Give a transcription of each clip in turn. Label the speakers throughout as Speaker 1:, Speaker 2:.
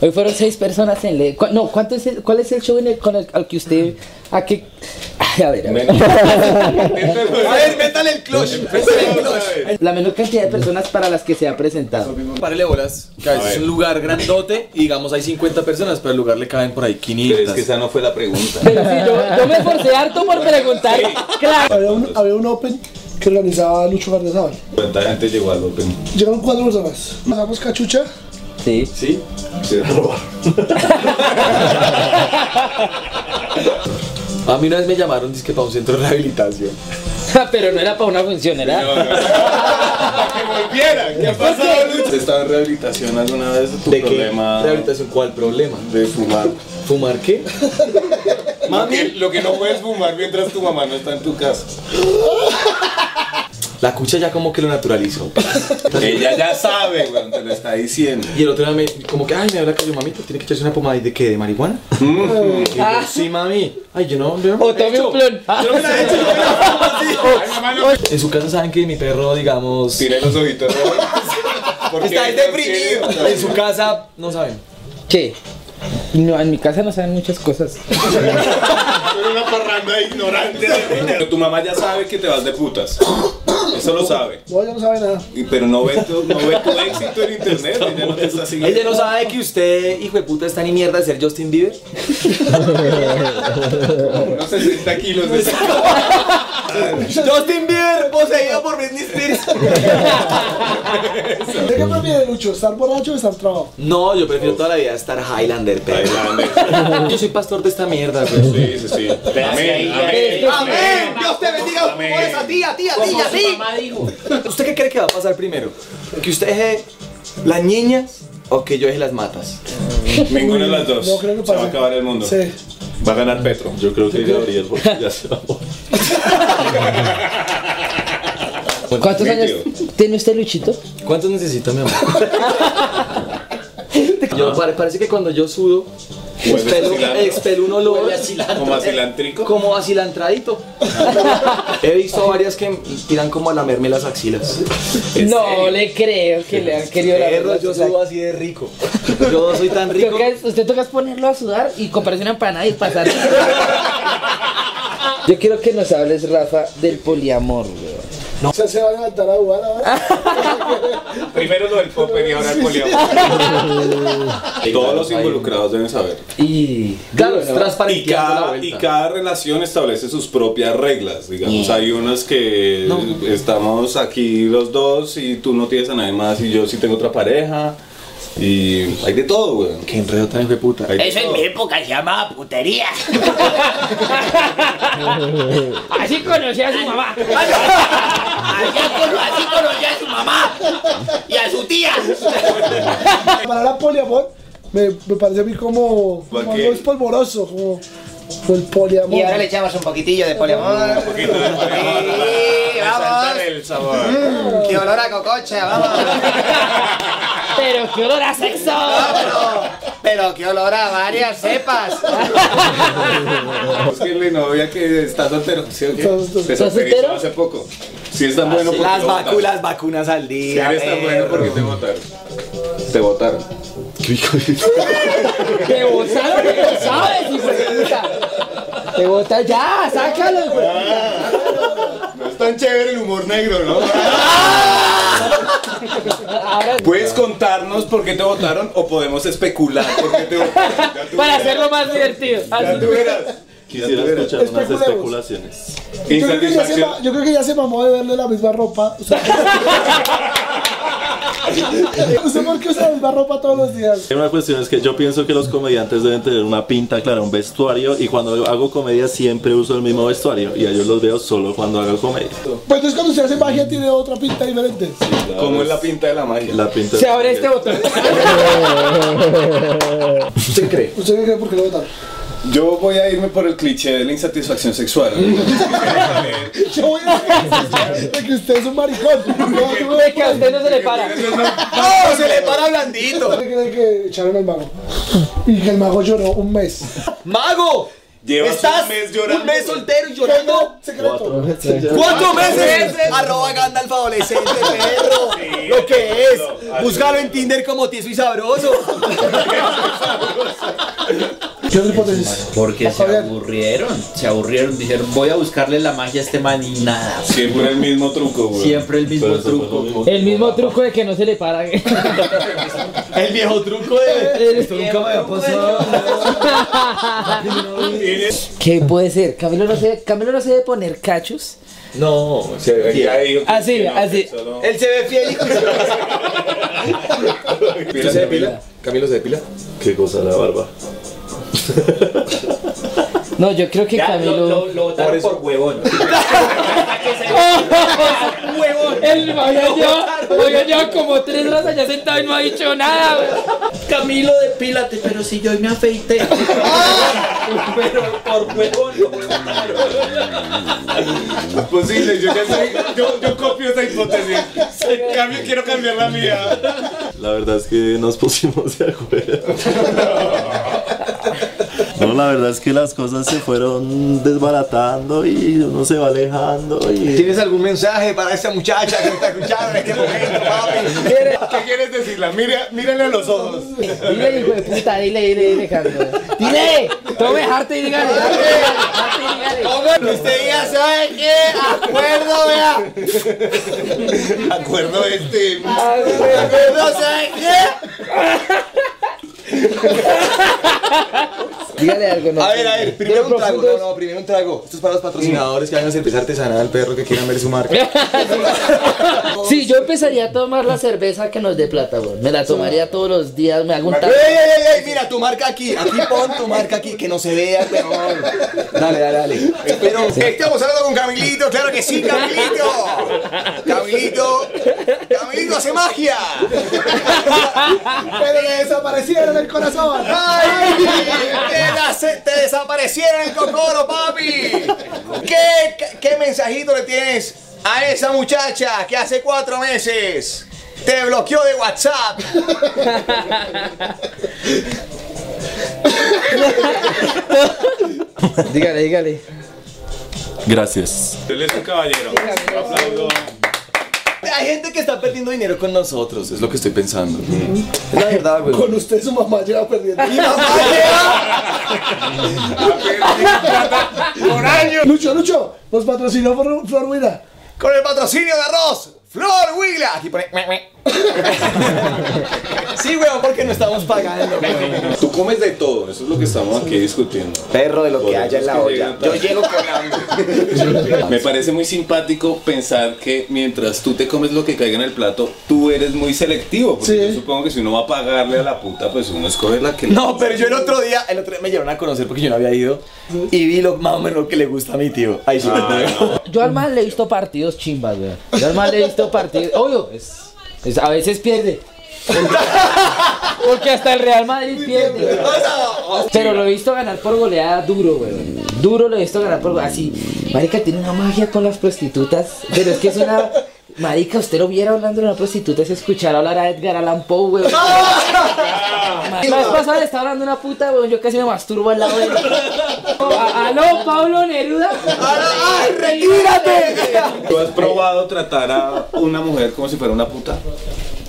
Speaker 1: Hoy fueron seis personas en el... No, ¿cuánto es el, ¿cuál es el show en el, con el, al que usted... A que, ay, a ver, a ver.
Speaker 2: A ver, métale el clutch. Métale el clutch.
Speaker 1: La menor cantidad de personas para las que se ha presentado.
Speaker 2: Párale bolas. que a veces
Speaker 3: A
Speaker 2: es
Speaker 3: ver.
Speaker 2: un lugar grandote y digamos hay 50 personas, pero al lugar le caben por ahí
Speaker 3: Pero es
Speaker 2: 500.
Speaker 3: que esa no fue la pregunta.
Speaker 1: Pero sí, yo, yo me esforcé harto por preguntar. Claro.
Speaker 4: Había un, había un Open que organizaba Lucho Cardezábal.
Speaker 3: ¿Cuánta gente llegó al Open?
Speaker 4: Llegaron cuatro personas. Pasamos cachucha.
Speaker 1: Sí.
Speaker 3: Sí. Se robar.
Speaker 2: A mí una vez me llamaron dizque para un centro de rehabilitación.
Speaker 1: Pero no era para una función, era...
Speaker 3: que volviera. ¿Qué ha
Speaker 5: ¿Usted estaba en rehabilitación alguna vez? ¿Tu problema
Speaker 2: ¿Rehabilitación? ¿Cuál problema?
Speaker 5: de fumar?
Speaker 2: ¿Fumar qué? Mami.
Speaker 5: Lo que no puedes fumar mientras tu mamá no está en tu casa.
Speaker 2: La cucha ya como que lo naturalizó.
Speaker 5: Ella ya sabe, weón, te lo está diciendo.
Speaker 2: Y el otro día me, como que, ay, me habla que yo, mamita, tiene que echarse una pomada. ¿Y de qué? ¿De marihuana?
Speaker 3: Mm.
Speaker 2: Y yo, sí, mami. Ay, yo no, yo no.
Speaker 1: O tome un plon.
Speaker 2: En su casa saben que mi perro, digamos.
Speaker 5: Tiene los ojitos rojos. Porque
Speaker 2: Está
Speaker 5: no
Speaker 2: deprimido.
Speaker 5: tiene-
Speaker 2: En su casa no saben.
Speaker 1: ¿Qué? No, en mi casa no saben muchas cosas.
Speaker 5: Era una parranda ignorante.
Speaker 3: Pero tu mamá ya sabe que te vas de putas. Eso lo sabe.
Speaker 4: No, ya no sabe nada.
Speaker 3: Y- Pero no ve tu, no ve tu éxito.
Speaker 5: Éxito en internet, ella no te está siguiendo.
Speaker 2: Ella no sabe que usted, hijo de puta, está ni mierda de ser Justin Bieber.
Speaker 5: Unos 60 kilos de
Speaker 2: Justin Bieber, poseído por Britney Spears.
Speaker 4: ¿De qué prefiere Lucho? ¿Estar borracho o estar trabado?
Speaker 2: No, yo prefiero toda la vida estar Highlander, pero. Yo soy pastor de esta mierda, pues. güey.
Speaker 3: Sí, sí, sí. Amén.
Speaker 1: Pero-
Speaker 2: ¡Amén! ¡Dios te bendiga por esa tía, tía, tía, tía! ¿Usted qué cree que va a pasar primero? ¿Que usted deje las niñas o que yo deje las matas?
Speaker 3: Ninguna de las dos.
Speaker 4: No creo que
Speaker 3: se va a
Speaker 4: pase.
Speaker 3: acabar el mundo.
Speaker 4: Sí.
Speaker 3: Va a ganar Petro.
Speaker 5: Yo creo que Gabriel porque ya se va
Speaker 2: Pues
Speaker 1: ¿Cuántos años tiene usted, Luchito?
Speaker 2: ¿Cuántos necesito, mi amor? Yo, pare- parece que cuando yo sudo,
Speaker 3: Huele a
Speaker 2: expelo,
Speaker 3: cilantro.
Speaker 2: expelo un olor
Speaker 3: Como a cilantro.
Speaker 2: como a cilantradito. He visto varias que tiran como a lamerme las axilas.
Speaker 1: No le creo que le han querido la
Speaker 2: Perro,
Speaker 1: verdad.
Speaker 2: yo sudo así de rico. Yo soy tan rico.
Speaker 1: Tocas- usted toca es ponerlo a sudar y comprarse una empanada y pasar. Yo quiero que nos hables, Rafa, del poliamor, weón.
Speaker 4: O sea, se va a levantar a jugar ahora.
Speaker 3: Primero lo del popper y ahora el poliamor. Todos los involucrados deben saber.
Speaker 1: Y.
Speaker 2: Claro,
Speaker 1: bueno,
Speaker 3: Y
Speaker 2: transparenteando la
Speaker 3: cada, y
Speaker 2: vuelta.
Speaker 3: cada relación establece sus propias reglas, digamos. Hay unas que estamos aquí los dos y tú no tienes a nadie más y yo sí tengo otra pareja. Y hay de todo, güey.
Speaker 2: Qué enredo tan hijo de puta.
Speaker 3: Eso en mi época.
Speaker 1: Así conocí a su mamá.
Speaker 4: Para la poliamor me, me parece a mí como,
Speaker 3: ¿Por
Speaker 4: como
Speaker 3: qué?
Speaker 4: algo espolvoroso, como, como el poliamor.
Speaker 6: Y ahora le echamos un poquitillo de poliamor. Un poquito de poliamor. Sí, vamos. Mm,
Speaker 3: el sabor.
Speaker 6: Qué olor a cococha, vamos.
Speaker 1: Pero qué olor a sexo.
Speaker 6: Pero, pero qué olor a varias cepas.
Speaker 5: Búsquenle novia que está soltero. ¿sí o qué?
Speaker 4: ¿Estás soltero?
Speaker 5: Se
Speaker 1: ¿Estás
Speaker 5: solterizó
Speaker 1: soltero?
Speaker 5: hace poco. Si es tan bueno porque
Speaker 2: Ah, Las
Speaker 5: te votaron.
Speaker 2: vacunas, vacunas al
Speaker 5: Si
Speaker 2: día. eh,
Speaker 5: eres tan
Speaker 2: perro.
Speaker 5: bueno porque te votaron. Te votaron.
Speaker 1: Te botaron y lo sabes, hijo de puta. Te bota ya, sácalo, hijo de puta.
Speaker 5: No es tan chévere el humor negro, ¿no?
Speaker 1: Ahora,
Speaker 3: ¿Puedes contarnos por qué te votaron o podemos especular por qué te votaron? Ya tú-
Speaker 1: para hacerlo más divertido.
Speaker 3: ya tú verás.
Speaker 5: Quisiera escuchar
Speaker 4: unas Especulemos.
Speaker 5: especulaciones.
Speaker 4: yo, creo que ya se,
Speaker 3: Insatisfacción.
Speaker 4: ma- yo creo que ya se mamó de verle la misma ropa. O sea, ¿Usted por qué usa la misma ropa todos los días?
Speaker 7: Una cuestión es que yo pienso que los comediantes deben tener una pinta clara, un vestuario, y cuando hago comedia siempre uso el mismo vestuario, y a ellos los veo solo cuando hago comedia.
Speaker 4: Pues entonces cuando usted hace magia tiene otra pinta diferente.
Speaker 3: ¿Cómo es la pinta de la magia?
Speaker 7: La pinta
Speaker 1: Se abre este botón.
Speaker 2: ¿Usted cree?
Speaker 4: ¿Usted qué cree por qué lo votaron?
Speaker 5: Yo voy a irme por el cliché de la insatisfacción sexual.
Speaker 4: Yo voy a decir de que usted es un maricón.
Speaker 1: De que a usted no se le para.
Speaker 2: ¡No! ¡Se le para blandito!
Speaker 4: ¿Usted cree que echaron al mago? Y que el mago lloró un mes.
Speaker 2: ¡Mago!
Speaker 5: Llevas
Speaker 2: Estás
Speaker 5: un mes llorando.
Speaker 2: un mes soltero y llorando.
Speaker 4: Secreto, secreto.
Speaker 2: ¿Cuántos meses? Arroba Gandalf adolescente, perro. Lo que es. Búscalo en Tinder como tieso y sabroso.
Speaker 4: ¿Qué otra hipótesis?
Speaker 8: Porque se
Speaker 4: Javier.
Speaker 8: aburrieron, se aburrieron, dijeron voy a buscarle la magia a este man y nada.
Speaker 5: Siempre el mismo truco, güey.
Speaker 8: Siempre el mismo truco.
Speaker 7: truco.
Speaker 1: El mismo truco de que no se le para.
Speaker 2: El viejo truco de.
Speaker 1: Esto nunca me ha ¿Qué puede ser? Camilo no se, Camilo no se debe poner cachos.
Speaker 2: No.
Speaker 5: Se- ya dijo que
Speaker 1: Así,
Speaker 5: que no,
Speaker 1: así.
Speaker 5: que solo-
Speaker 2: Él se ve fiel y ¿Tú se depila? ¿Camilo se depila?
Speaker 7: Qué cosa la barba.
Speaker 1: No, yo creo que
Speaker 8: Ya,
Speaker 1: Camilo.
Speaker 8: lo, lo, lo votaron por huevón.
Speaker 1: ¡Huevón! El Fabián lleva, Fabián lleva como tres horas allá sentado y no ha dicho nada, güey.
Speaker 8: Camilo, depílate, pero si yo hoy me afeité.
Speaker 2: Ah.
Speaker 8: pero por huevón lo votaron.
Speaker 5: Es posible, yo ya soy, yo, yo copio esa hipótesis. Cambio, quiero cambiar la mía.
Speaker 7: La verdad es que nos pusimos de acuerdo. No, la verdad es que las cosas se fueron desbaratando y uno se va alejando y...
Speaker 2: ¿Tienes algún mensaje para esta muchacha que está escuchando en este momento, papi?
Speaker 5: ¿Qué quieres decirla? Mira, mírale a los ojos.
Speaker 1: Dile, hijo de puta, dile, dile, dile, Camilo. Dile, tome harto y dígale. Harto y dígale, harto y dígale.
Speaker 2: Póngalo. Usted ya sabe qué. Acuerdo, vea.
Speaker 5: Acuerdo este.
Speaker 2: Acuerdo, ¿sabe qué?
Speaker 1: Dígale algo, no.
Speaker 2: A ver, a ver. Primero un
Speaker 1: Pero
Speaker 2: trago. No,
Speaker 1: profundo
Speaker 2: no, primero un trago. Esto es para los patrocinadores que hagan cerveza artesanal al perro que quieran ver su marca.
Speaker 1: Sí, yo empezaría a tomar la cerveza que nos dé plata, güey. Me la tomaría todos los días, me hago un
Speaker 2: ¡Ey,
Speaker 1: taco.
Speaker 2: ey, ey, ey! Mira, tu marca aquí. Aquí pon tu marca aquí. Que no se vea, weón. Dale, dale, dale. Pero estamos hablando con Camilito. Claro que sí, Camilito. Camilito. Camilito hace magia.
Speaker 4: Pero le desaparecieron el corazón.
Speaker 2: ¡Ay! Te, las- te desaparecieron el cocoro, papi. ¿Qué, qué- qué mensajito le tienes a esa muchacha que hace cuatro meses te bloqueó de WhatsApp?
Speaker 1: Dígale, dígale.
Speaker 7: Gracias.
Speaker 5: Él es un caballero. Aplaudo.
Speaker 2: Hay gente que está perdiendo dinero con nosotros, es lo que estoy pensando. Es la verdad, güey.
Speaker 4: Con usted su mamá lleva perdiendo.
Speaker 2: Mi mamá lleva-
Speaker 4: Lucho, Lucho, nos patrocinó Flor, Flor Huida.
Speaker 2: con el patrocinio de arroz. Flor Huila. Aquí pone. meh, meh. Sí, weón, porque no estamos pagando, weón.
Speaker 5: Tú comes de todo, eso es lo que estamos aquí discutiendo.
Speaker 9: Perro de lo
Speaker 5: Por
Speaker 9: que
Speaker 5: eso
Speaker 9: haya
Speaker 5: es
Speaker 9: en la
Speaker 5: que
Speaker 9: olla.
Speaker 5: llegan
Speaker 9: Yo
Speaker 5: tarde.
Speaker 9: llego con hambre.
Speaker 5: Me parece muy simpático pensar que mientras tú te comes lo que caiga en el plato, tú eres muy selectivo. Porque
Speaker 4: Sí.
Speaker 5: yo supongo que si uno va a pagarle a la puta, pues uno escoge la que
Speaker 2: No, pero yo el otro día, el otro día me llevaron a conocer porque yo no había ido y vi lo más o menos lo que le gusta a mi tío. Ahí sí. Ah.
Speaker 1: Yo al mal le he visto partidos chimbas, güey. Yo al mal le he visto partidos. Obvio, es, es- a veces pierde. Porque, porque hasta el Real Madrid pierde. güey. Pero lo he visto ganar por goleada duro, güey. Duro lo he visto ganar por goleada. Así, Marica tiene una magia con las prostitutas. Pero es que es una. Marica, usted lo viera hablando de una prostituta, es escuchar hablar a Edgar Allan Poe, güey. La vez pasada le estaba hablando una puta, güey. Yo casi me masturbo al lado de él. A- Aló, Pablo Neruda.
Speaker 2: ¡Ay, retírate!
Speaker 5: ¿Tú has probado tratar a una mujer como si fuera una puta?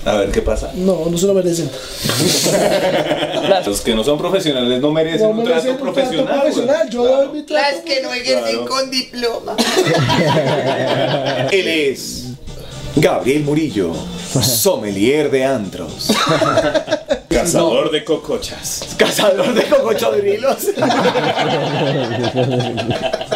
Speaker 5: A ver qué pasa.
Speaker 4: No, no se lo merecen.
Speaker 5: Los que no son profesionales no merecen un trato
Speaker 4: merecen un trato
Speaker 5: profesional. güey.
Speaker 4: profesional. Yo doy mi trato.
Speaker 9: que no ejercen con diploma.
Speaker 2: Él es Gabriel Murillo, sommelier de antros,
Speaker 5: Cazador de cocochas.
Speaker 2: cazador de cocochadrilos.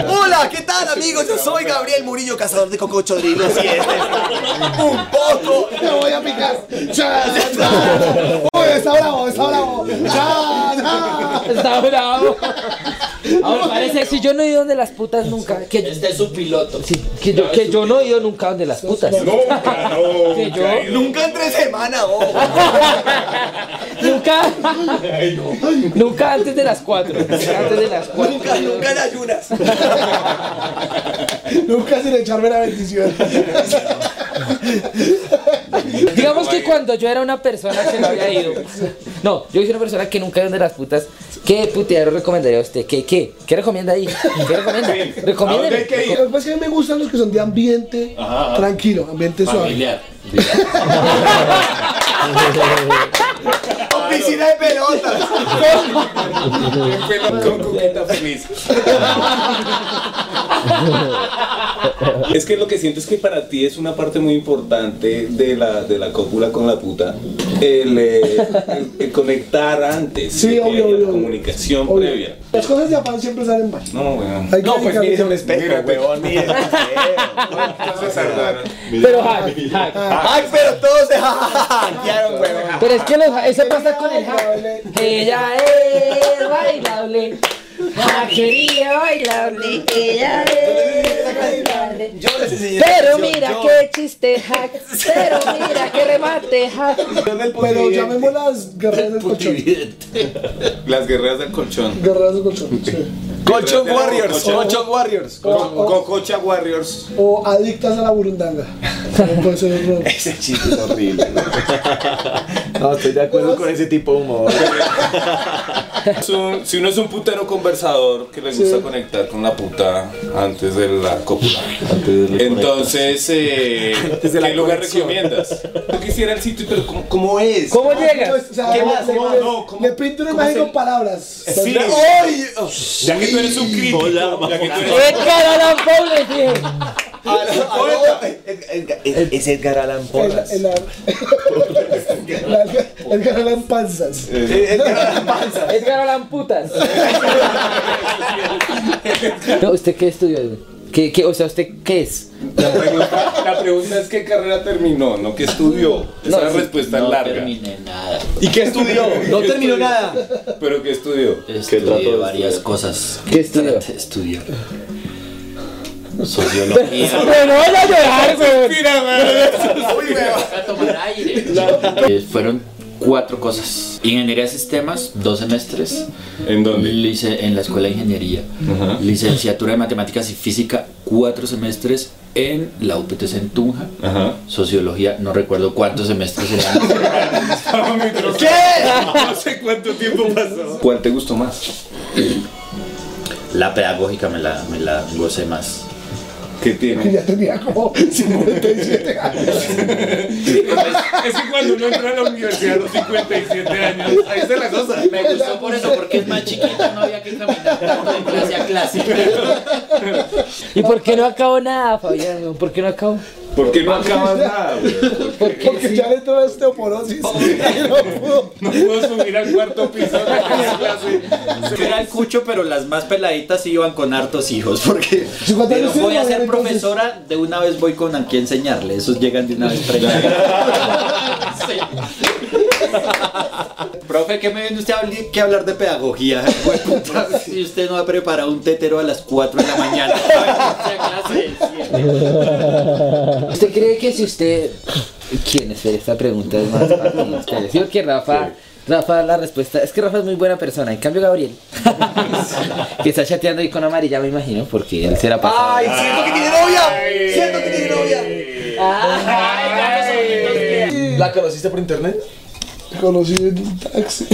Speaker 2: Hola, ¿qué tal amigos? Yo soy Gabriel Murillo, cazador de cocochadrilos y este es un poco
Speaker 4: Te voy a picar. Cha, cha. Uy, está bravo, está bravo. Cha, cha.
Speaker 1: Está bravo. Ahora parece si yo no he ido donde las putas nunca. Que,
Speaker 8: Este es su piloto.
Speaker 1: sí, que yo, que yo no he ido nunca donde las putas.
Speaker 5: Nunca, no.
Speaker 1: Que yo
Speaker 2: Nunca entre semana, ojo.
Speaker 1: nunca. Nunca antes de las cuatro. Antes de las cuatro.
Speaker 2: Nunca, nunca en ayunas.
Speaker 4: Nunca sin echarme la bendición.
Speaker 1: Digamos que cuando yo era una persona que no había ido. No, yo soy una persona que nunca iba donde las putas. ¿Qué puteadero recomendaría a usted? ¿Qué, qué? ¿Qué recomienda ahí? ¿Qué recomienda?
Speaker 3: ¿A dónde hay
Speaker 1: Recomiéndeme.
Speaker 3: que ir?
Speaker 4: Eh, Lo que pasa es que a mí me gustan los que son de ambiente tranquilo, ambiente suave.
Speaker 10: Familiar.
Speaker 2: Oficina de pelotas.
Speaker 5: con coqueta feliz. es que lo que siento es que para ti es una parte muy importante de la, de la cópula con la puta. El, eh, el- el conectar antes.
Speaker 4: Sí,
Speaker 5: de que haya
Speaker 4: obvio, obvio.
Speaker 5: Comunicación
Speaker 4: Obvio.
Speaker 5: previa.
Speaker 4: Las cosas de afán siempre salen mal.
Speaker 5: No, weón.
Speaker 4: Hay que
Speaker 2: No, pues
Speaker 4: dedicarle-
Speaker 2: mírese un espejo, huevón, mírese un
Speaker 1: Pero ah, hack, hack.
Speaker 2: Ay, pero todos se hackearon, huevón.
Speaker 1: Pero es que los, ese pasa con el hack.
Speaker 4: Bailable.
Speaker 1: Ella es bailable. Hackería bailable. Ella es bailable.
Speaker 2: Yo les enseñé
Speaker 1: Pero
Speaker 2: esta canción,
Speaker 1: mira
Speaker 2: yo.
Speaker 1: qué chiste hack. Pero mira qué remate hack.
Speaker 4: Pero llamemos las guerreras del colchón.
Speaker 5: Las guerreras del colchón.
Speaker 4: Guerreras del colchón. sí.
Speaker 2: Colchón Warriors, Colchón Warriors.
Speaker 5: Con,
Speaker 4: O, o-
Speaker 5: con Cocha Warriors.
Speaker 4: o adictas a la burundanga. No puede ser otro.
Speaker 2: Ese chiste es horrible.
Speaker 6: No, estoy de acuerdo con ese tipo de humor.
Speaker 5: Es un- si uno es un putero conversador que le gusta
Speaker 4: Sí.
Speaker 5: conectar con la puta antes de la cópula.
Speaker 7: Antes de-
Speaker 5: Entonces, eh, ¿qué lugar recomiendas? Yo quisiera el sitio, pero ¿cómo, cómo es?
Speaker 1: ¿Cómo
Speaker 4: ¿Cómo
Speaker 1: llegas?
Speaker 4: es? Pues, O sea,
Speaker 5: ¿Qué
Speaker 4: ¿cómo
Speaker 5: más?
Speaker 4: le-
Speaker 5: ¿Cómo?
Speaker 4: le-
Speaker 5: No, ¿cómo-
Speaker 4: Le pinto una
Speaker 5: cómo
Speaker 4: imagen
Speaker 5: se-
Speaker 4: con palabras.
Speaker 5: Sí.
Speaker 2: ¡Ay! oh,
Speaker 5: Ya que tú eres un crítico,
Speaker 7: Hola,
Speaker 5: ya que tú eres-
Speaker 1: Edgar Allan Poe les dije.
Speaker 2: aló,
Speaker 6: Es Edgar Allan Poe.
Speaker 4: El, el, el, el, el galán
Speaker 5: Eh,
Speaker 4: panzas.
Speaker 1: Edgar Allan Putas. No, ¿Usted qué estudió? ¿Qué, qué, o sea, ¿usted qué es?
Speaker 5: La pregunta, la pregunta es qué carrera terminó, no qué estudió. Esa
Speaker 1: No, sí,
Speaker 5: respuesta es
Speaker 10: No
Speaker 5: larga.
Speaker 10: terminé nada.
Speaker 2: ¿Y qué estudió? No terminó nada.
Speaker 5: Pero qué estudió.
Speaker 7: trato
Speaker 10: Estudié
Speaker 7: de
Speaker 10: varias cosas.
Speaker 1: ¿Qué estudió?
Speaker 10: Traté de estudiar. Sociología.
Speaker 1: Pero no vaya a llorar, güey.
Speaker 10: a tomar aire. Eh, fueron cuatro cosas. Ingeniería de sistemas, dos semestres.
Speaker 5: ¿En dónde?
Speaker 10: Lice- en la escuela de ingeniería.
Speaker 5: Ajá.
Speaker 10: Licenciatura de matemáticas y física, cuatro semestres en la UPTC en Tunja.
Speaker 5: Ajá.
Speaker 10: Sociología, no recuerdo cuántos semestres eran.
Speaker 5: No sé cuánto tiempo pasó. ¿Cuál te gustó más?
Speaker 10: La pedagógica me la, me la gocé más.
Speaker 5: ¿Qué tiene?
Speaker 4: Ya tenía como 57 años.
Speaker 5: Es que cuando uno entra a la universidad a los 57 años, ahí está la cosa.
Speaker 10: Me gustó por eso, porque es más chiquita, no había que caminar tanto de clase a clase.
Speaker 1: ¿Y por qué no acabó nada, Fabián? ¿Por qué no acabó?
Speaker 5: ¿Por qué no acabas nada, güey? eh,
Speaker 4: Porque ya le entró osteoporosis. Y no pudo.
Speaker 5: No puedo subir al cuarto piso de la clase.
Speaker 6: Yo era el cucho, pero las más peladitas sí iban con hartos hijos, porque
Speaker 4: Sí, ¿cuántos
Speaker 6: pero
Speaker 4: años tiene,
Speaker 6: voy a ser
Speaker 4: Gabriel, entonces?
Speaker 6: profesora, de una vez voy con a qué enseñarle, esos llegan de una vez preñados. Profe, ¿qué me viene usted a hablar, que hablar de pedagogía? Hueputa, Si usted no ha preparado un tetero a las 4 de la mañana.
Speaker 1: ¿Usted cree que si usted... ¿Quién es? Esta pregunta es más fácil. Espere, ¿sí o qué, Rafa? Rafa, la respuesta es que Rafa es muy buena persona. En cambio, Gabriel, que está chateando ahí con amarilla, me imagino, porque él se la pasa.
Speaker 2: Ay, siento que tiene novia. Siento que tiene novia.
Speaker 6: ¿La conociste por internet?
Speaker 4: Conocí en un taxi.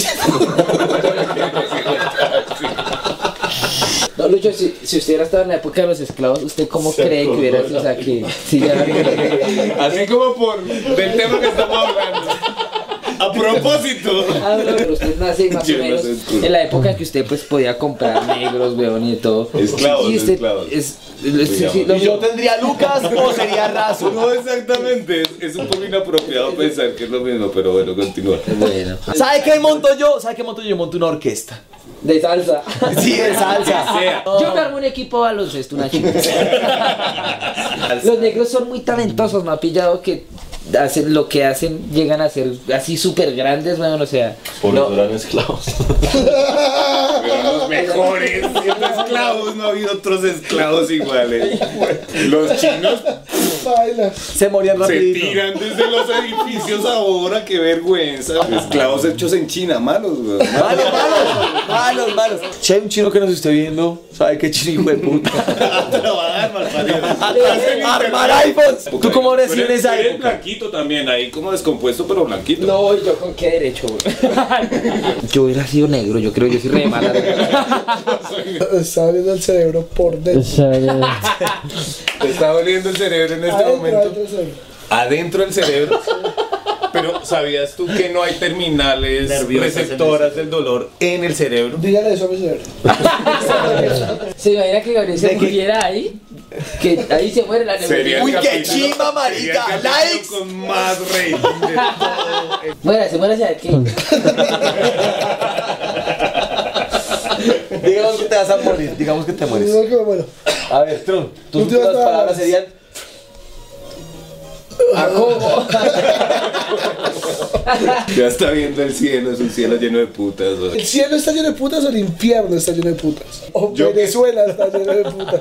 Speaker 1: No, Lucho, si, si usted hubiera estado en la época de los esclavos, ¿usted cómo cree que hubiera sido? O sea, que. si ya-
Speaker 5: Así como por del tema que estamos hablando. A propósito.
Speaker 1: Ah, no, pero usted nace más
Speaker 5: Yo
Speaker 1: o
Speaker 5: no
Speaker 1: menos
Speaker 5: sé, escudo.
Speaker 1: en la época que usted pues podía comprar negros, weón, y de todo.
Speaker 5: Esclavos,
Speaker 1: Y usted
Speaker 5: esclavos.
Speaker 1: es- es- sí, sí, lo
Speaker 2: ¿Y yo
Speaker 1: mismo.
Speaker 2: tendría Lucas o sería Razo?
Speaker 5: No exactamente, es, es un poco inapropiado pensar que es lo mismo, pero bueno, continúa.
Speaker 1: Bueno,
Speaker 2: ¿Sabe qué monto yo? ¿Sabe qué monto yo? Yo monto una orquesta.
Speaker 1: de salsa.
Speaker 2: Sí, de salsa.
Speaker 1: Yo me armo un equipo de baloncesto, una chica. Los negros son muy talentosos, me ha pillado que hacen lo que hacen, llegan a ser así súper grandes, weón, o sea.
Speaker 7: Por
Speaker 1: no-
Speaker 7: eso eran esclavos.
Speaker 5: Los mejores, siendo esclavos, no ha habido otros esclavos iguales. Los chinos,
Speaker 4: bailas.
Speaker 11: Se morían
Speaker 5: Se
Speaker 11: rapidito.
Speaker 5: tiran desde los edificios ahora, qué vergüenza. Esclavos hechos en China, malos, güey.
Speaker 2: Malos, malos, malos, malos.
Speaker 11: Si hay un chino que nos esté viendo, sabe qué chino hijo de puta.
Speaker 2: Armar iPhones.
Speaker 11: ¿Tú cómo
Speaker 5: eres
Speaker 11: habrías sido en esa
Speaker 5: eres
Speaker 11: época?
Speaker 5: blanquito también, ahí como descompuesto, pero blanquito.
Speaker 1: No, yo con qué derecho, güey. yo hubiera sido negro, yo creo, yo soy re mala.
Speaker 4: Está abriendo el cerebro por dentro.
Speaker 5: Te está doliendo el cerebro en este
Speaker 4: Adentro,
Speaker 5: momento.
Speaker 4: adentro del cerebro.
Speaker 5: Adentro del cerebro. Pero ¿sabías tú que no hay terminales
Speaker 12: Nerviosas en el
Speaker 5: receptoras del dolor en el cerebro?
Speaker 4: Dígale eso a mi cerebro.
Speaker 1: ¿Se imagina que Gabriel se muriera ahí? Que ahí se muere la
Speaker 5: Sería el
Speaker 1: neumonía.
Speaker 2: Uy, qué
Speaker 5: capítulo-
Speaker 2: chimba, marica.
Speaker 5: sería el capítulo
Speaker 2: Likes.
Speaker 5: Con más rating de todo el-
Speaker 1: Muera, se muere hacia qué.
Speaker 2: Digamos que te vas a morir. Digamos que te mueres.
Speaker 4: Digo que me muero.
Speaker 2: A ver, Tron, tus
Speaker 4: Últimas
Speaker 2: últimas palabras
Speaker 4: palabras.
Speaker 2: serían.
Speaker 1: ¿A cómo?
Speaker 5: Ya está viendo el cielo, es un cielo lleno de putas. güey.
Speaker 4: ¿El cielo está lleno de putas o el infierno está lleno de putas? O Venezuela está lleno de putas.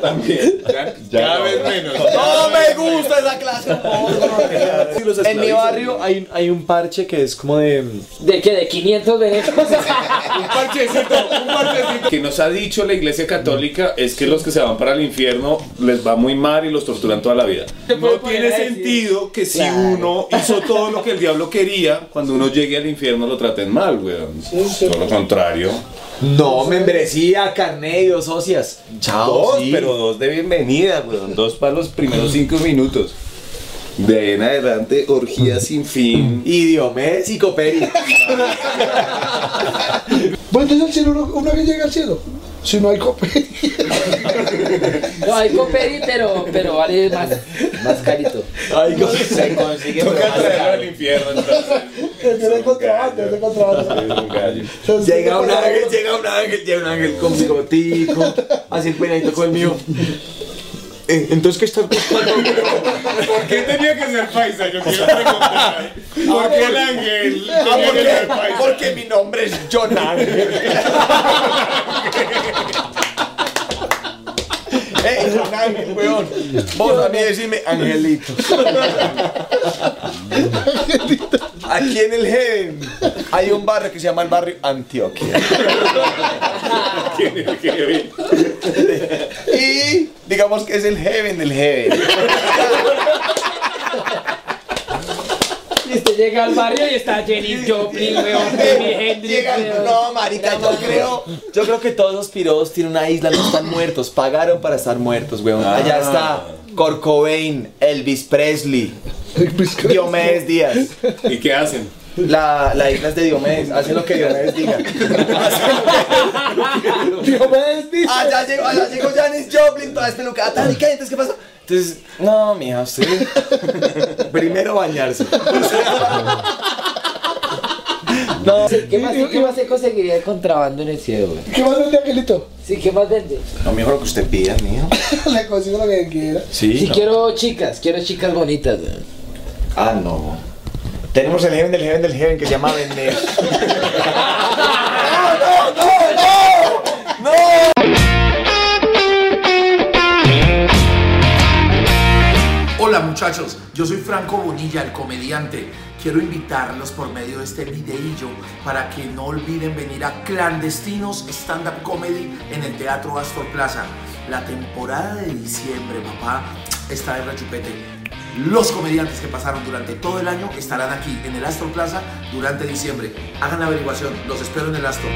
Speaker 5: Ya, cada vez menos.
Speaker 2: ¡No me gusta esa clase! de humor!
Speaker 11: En mi barrio hay, hay un parche que es como de.
Speaker 2: mm,
Speaker 1: ¿De qué? ¿De 500 venezos?
Speaker 5: Un parchecito, un parchecito. Que nos ha dicho la iglesia católica es que los que se van para el infierno les va muy mal y los torturan toda la vida.
Speaker 1: Te
Speaker 5: No
Speaker 1: puedo poner
Speaker 5: tiene
Speaker 1: a decir.
Speaker 5: sentido que si
Speaker 1: Claro.
Speaker 5: uno hizo todo lo que el diablo quería, cuando uno llegue al infierno lo traten mal, weón.
Speaker 4: sí.
Speaker 5: Todo lo contrario.
Speaker 11: No, membresía, carne, dos socias. Chao.
Speaker 5: Dos, pero dos de bienvenida, weón. Dos para los primeros cinco minutos. De ahí en adelante, orgía sin fin.
Speaker 11: Y Diomedes y Coperi.
Speaker 4: Bueno, entonces el cielo, uno, uno que llega al cielo. Si no hay copia.
Speaker 1: No, hay copedi, pero, pero vale más, más carito.
Speaker 2: Se consigue. pero
Speaker 5: Toca
Speaker 2: más
Speaker 5: traerlo
Speaker 2: caro.
Speaker 5: al infierno, entonces.
Speaker 4: Es de contrabando, es de contrabando.
Speaker 5: Es un gallo.
Speaker 2: Llega un ángel, llega un ángel, llega un ángel con bigotico, así el peinadito con el mío. Eh, Entonces, ¿qué estás buscando?
Speaker 5: ¿Por qué tenía que ser paisa? Yo quiero preguntar. ¿Por qué el ángel tenía que ser paisa?
Speaker 2: Porque mi nombre es John Ángel.
Speaker 13: ¡Ey, Juan Ángel, weón!
Speaker 2: Vos a mí decime Angelito.
Speaker 13: Aquí en el Heaven hay un barrio que se llama el barrio Antioquia. Y digamos que es el Heaven del Heaven.
Speaker 1: Y usted llega al barrio y está Jenny Joplin, weón, Jimi Hendrix,
Speaker 13: Llega,
Speaker 1: weón.
Speaker 13: no, marica, yo creo.
Speaker 2: Yo creo que todos los pirodos tienen una isla, no están muertos, pagaron para estar muertos, weón. Allá está Corcovain, Elvis Presley, Diomedes Díaz.
Speaker 5: ¿Y qué hacen?
Speaker 2: La, la isla es de Diomedes, hacen lo que Diomedes diga.
Speaker 4: Diomedes dice.
Speaker 2: Allá Ah, llegó, allá llegó Janis Joplin, toda espelucada, tal y qué, entonces, ¿qué pasó? Entonces, no, mija, usted primero bañarse. No,
Speaker 1: ¿Qué más, ¿Qué más se conseguiría el contrabando en el cielo, güey?
Speaker 4: ¿Qué más vende Angelito?
Speaker 1: Sí, ¿qué más vende?
Speaker 2: no, mejor lo que usted pida, mijo.
Speaker 4: Le consigo lo que quiera.
Speaker 1: Sí, quiero chicas, quiero chicas bonitas, weón.
Speaker 2: Ah, no.
Speaker 13: Tenemos el Heaven del Heaven del Heaven que se llama Vender.
Speaker 14: Hola muchachos, yo soy Franco Bonilla, el comediante. Quiero invitarlos por medio de este videillo para que no olviden venir a Clandestinos Stand Up Comedy en el Teatro Astor Plaza. La temporada de diciembre, papá, está de rechupete. Los comediantes que pasaron durante todo el año estarán aquí en el Astor Plaza durante diciembre. Hagan la averiguación, los espero en el Astor.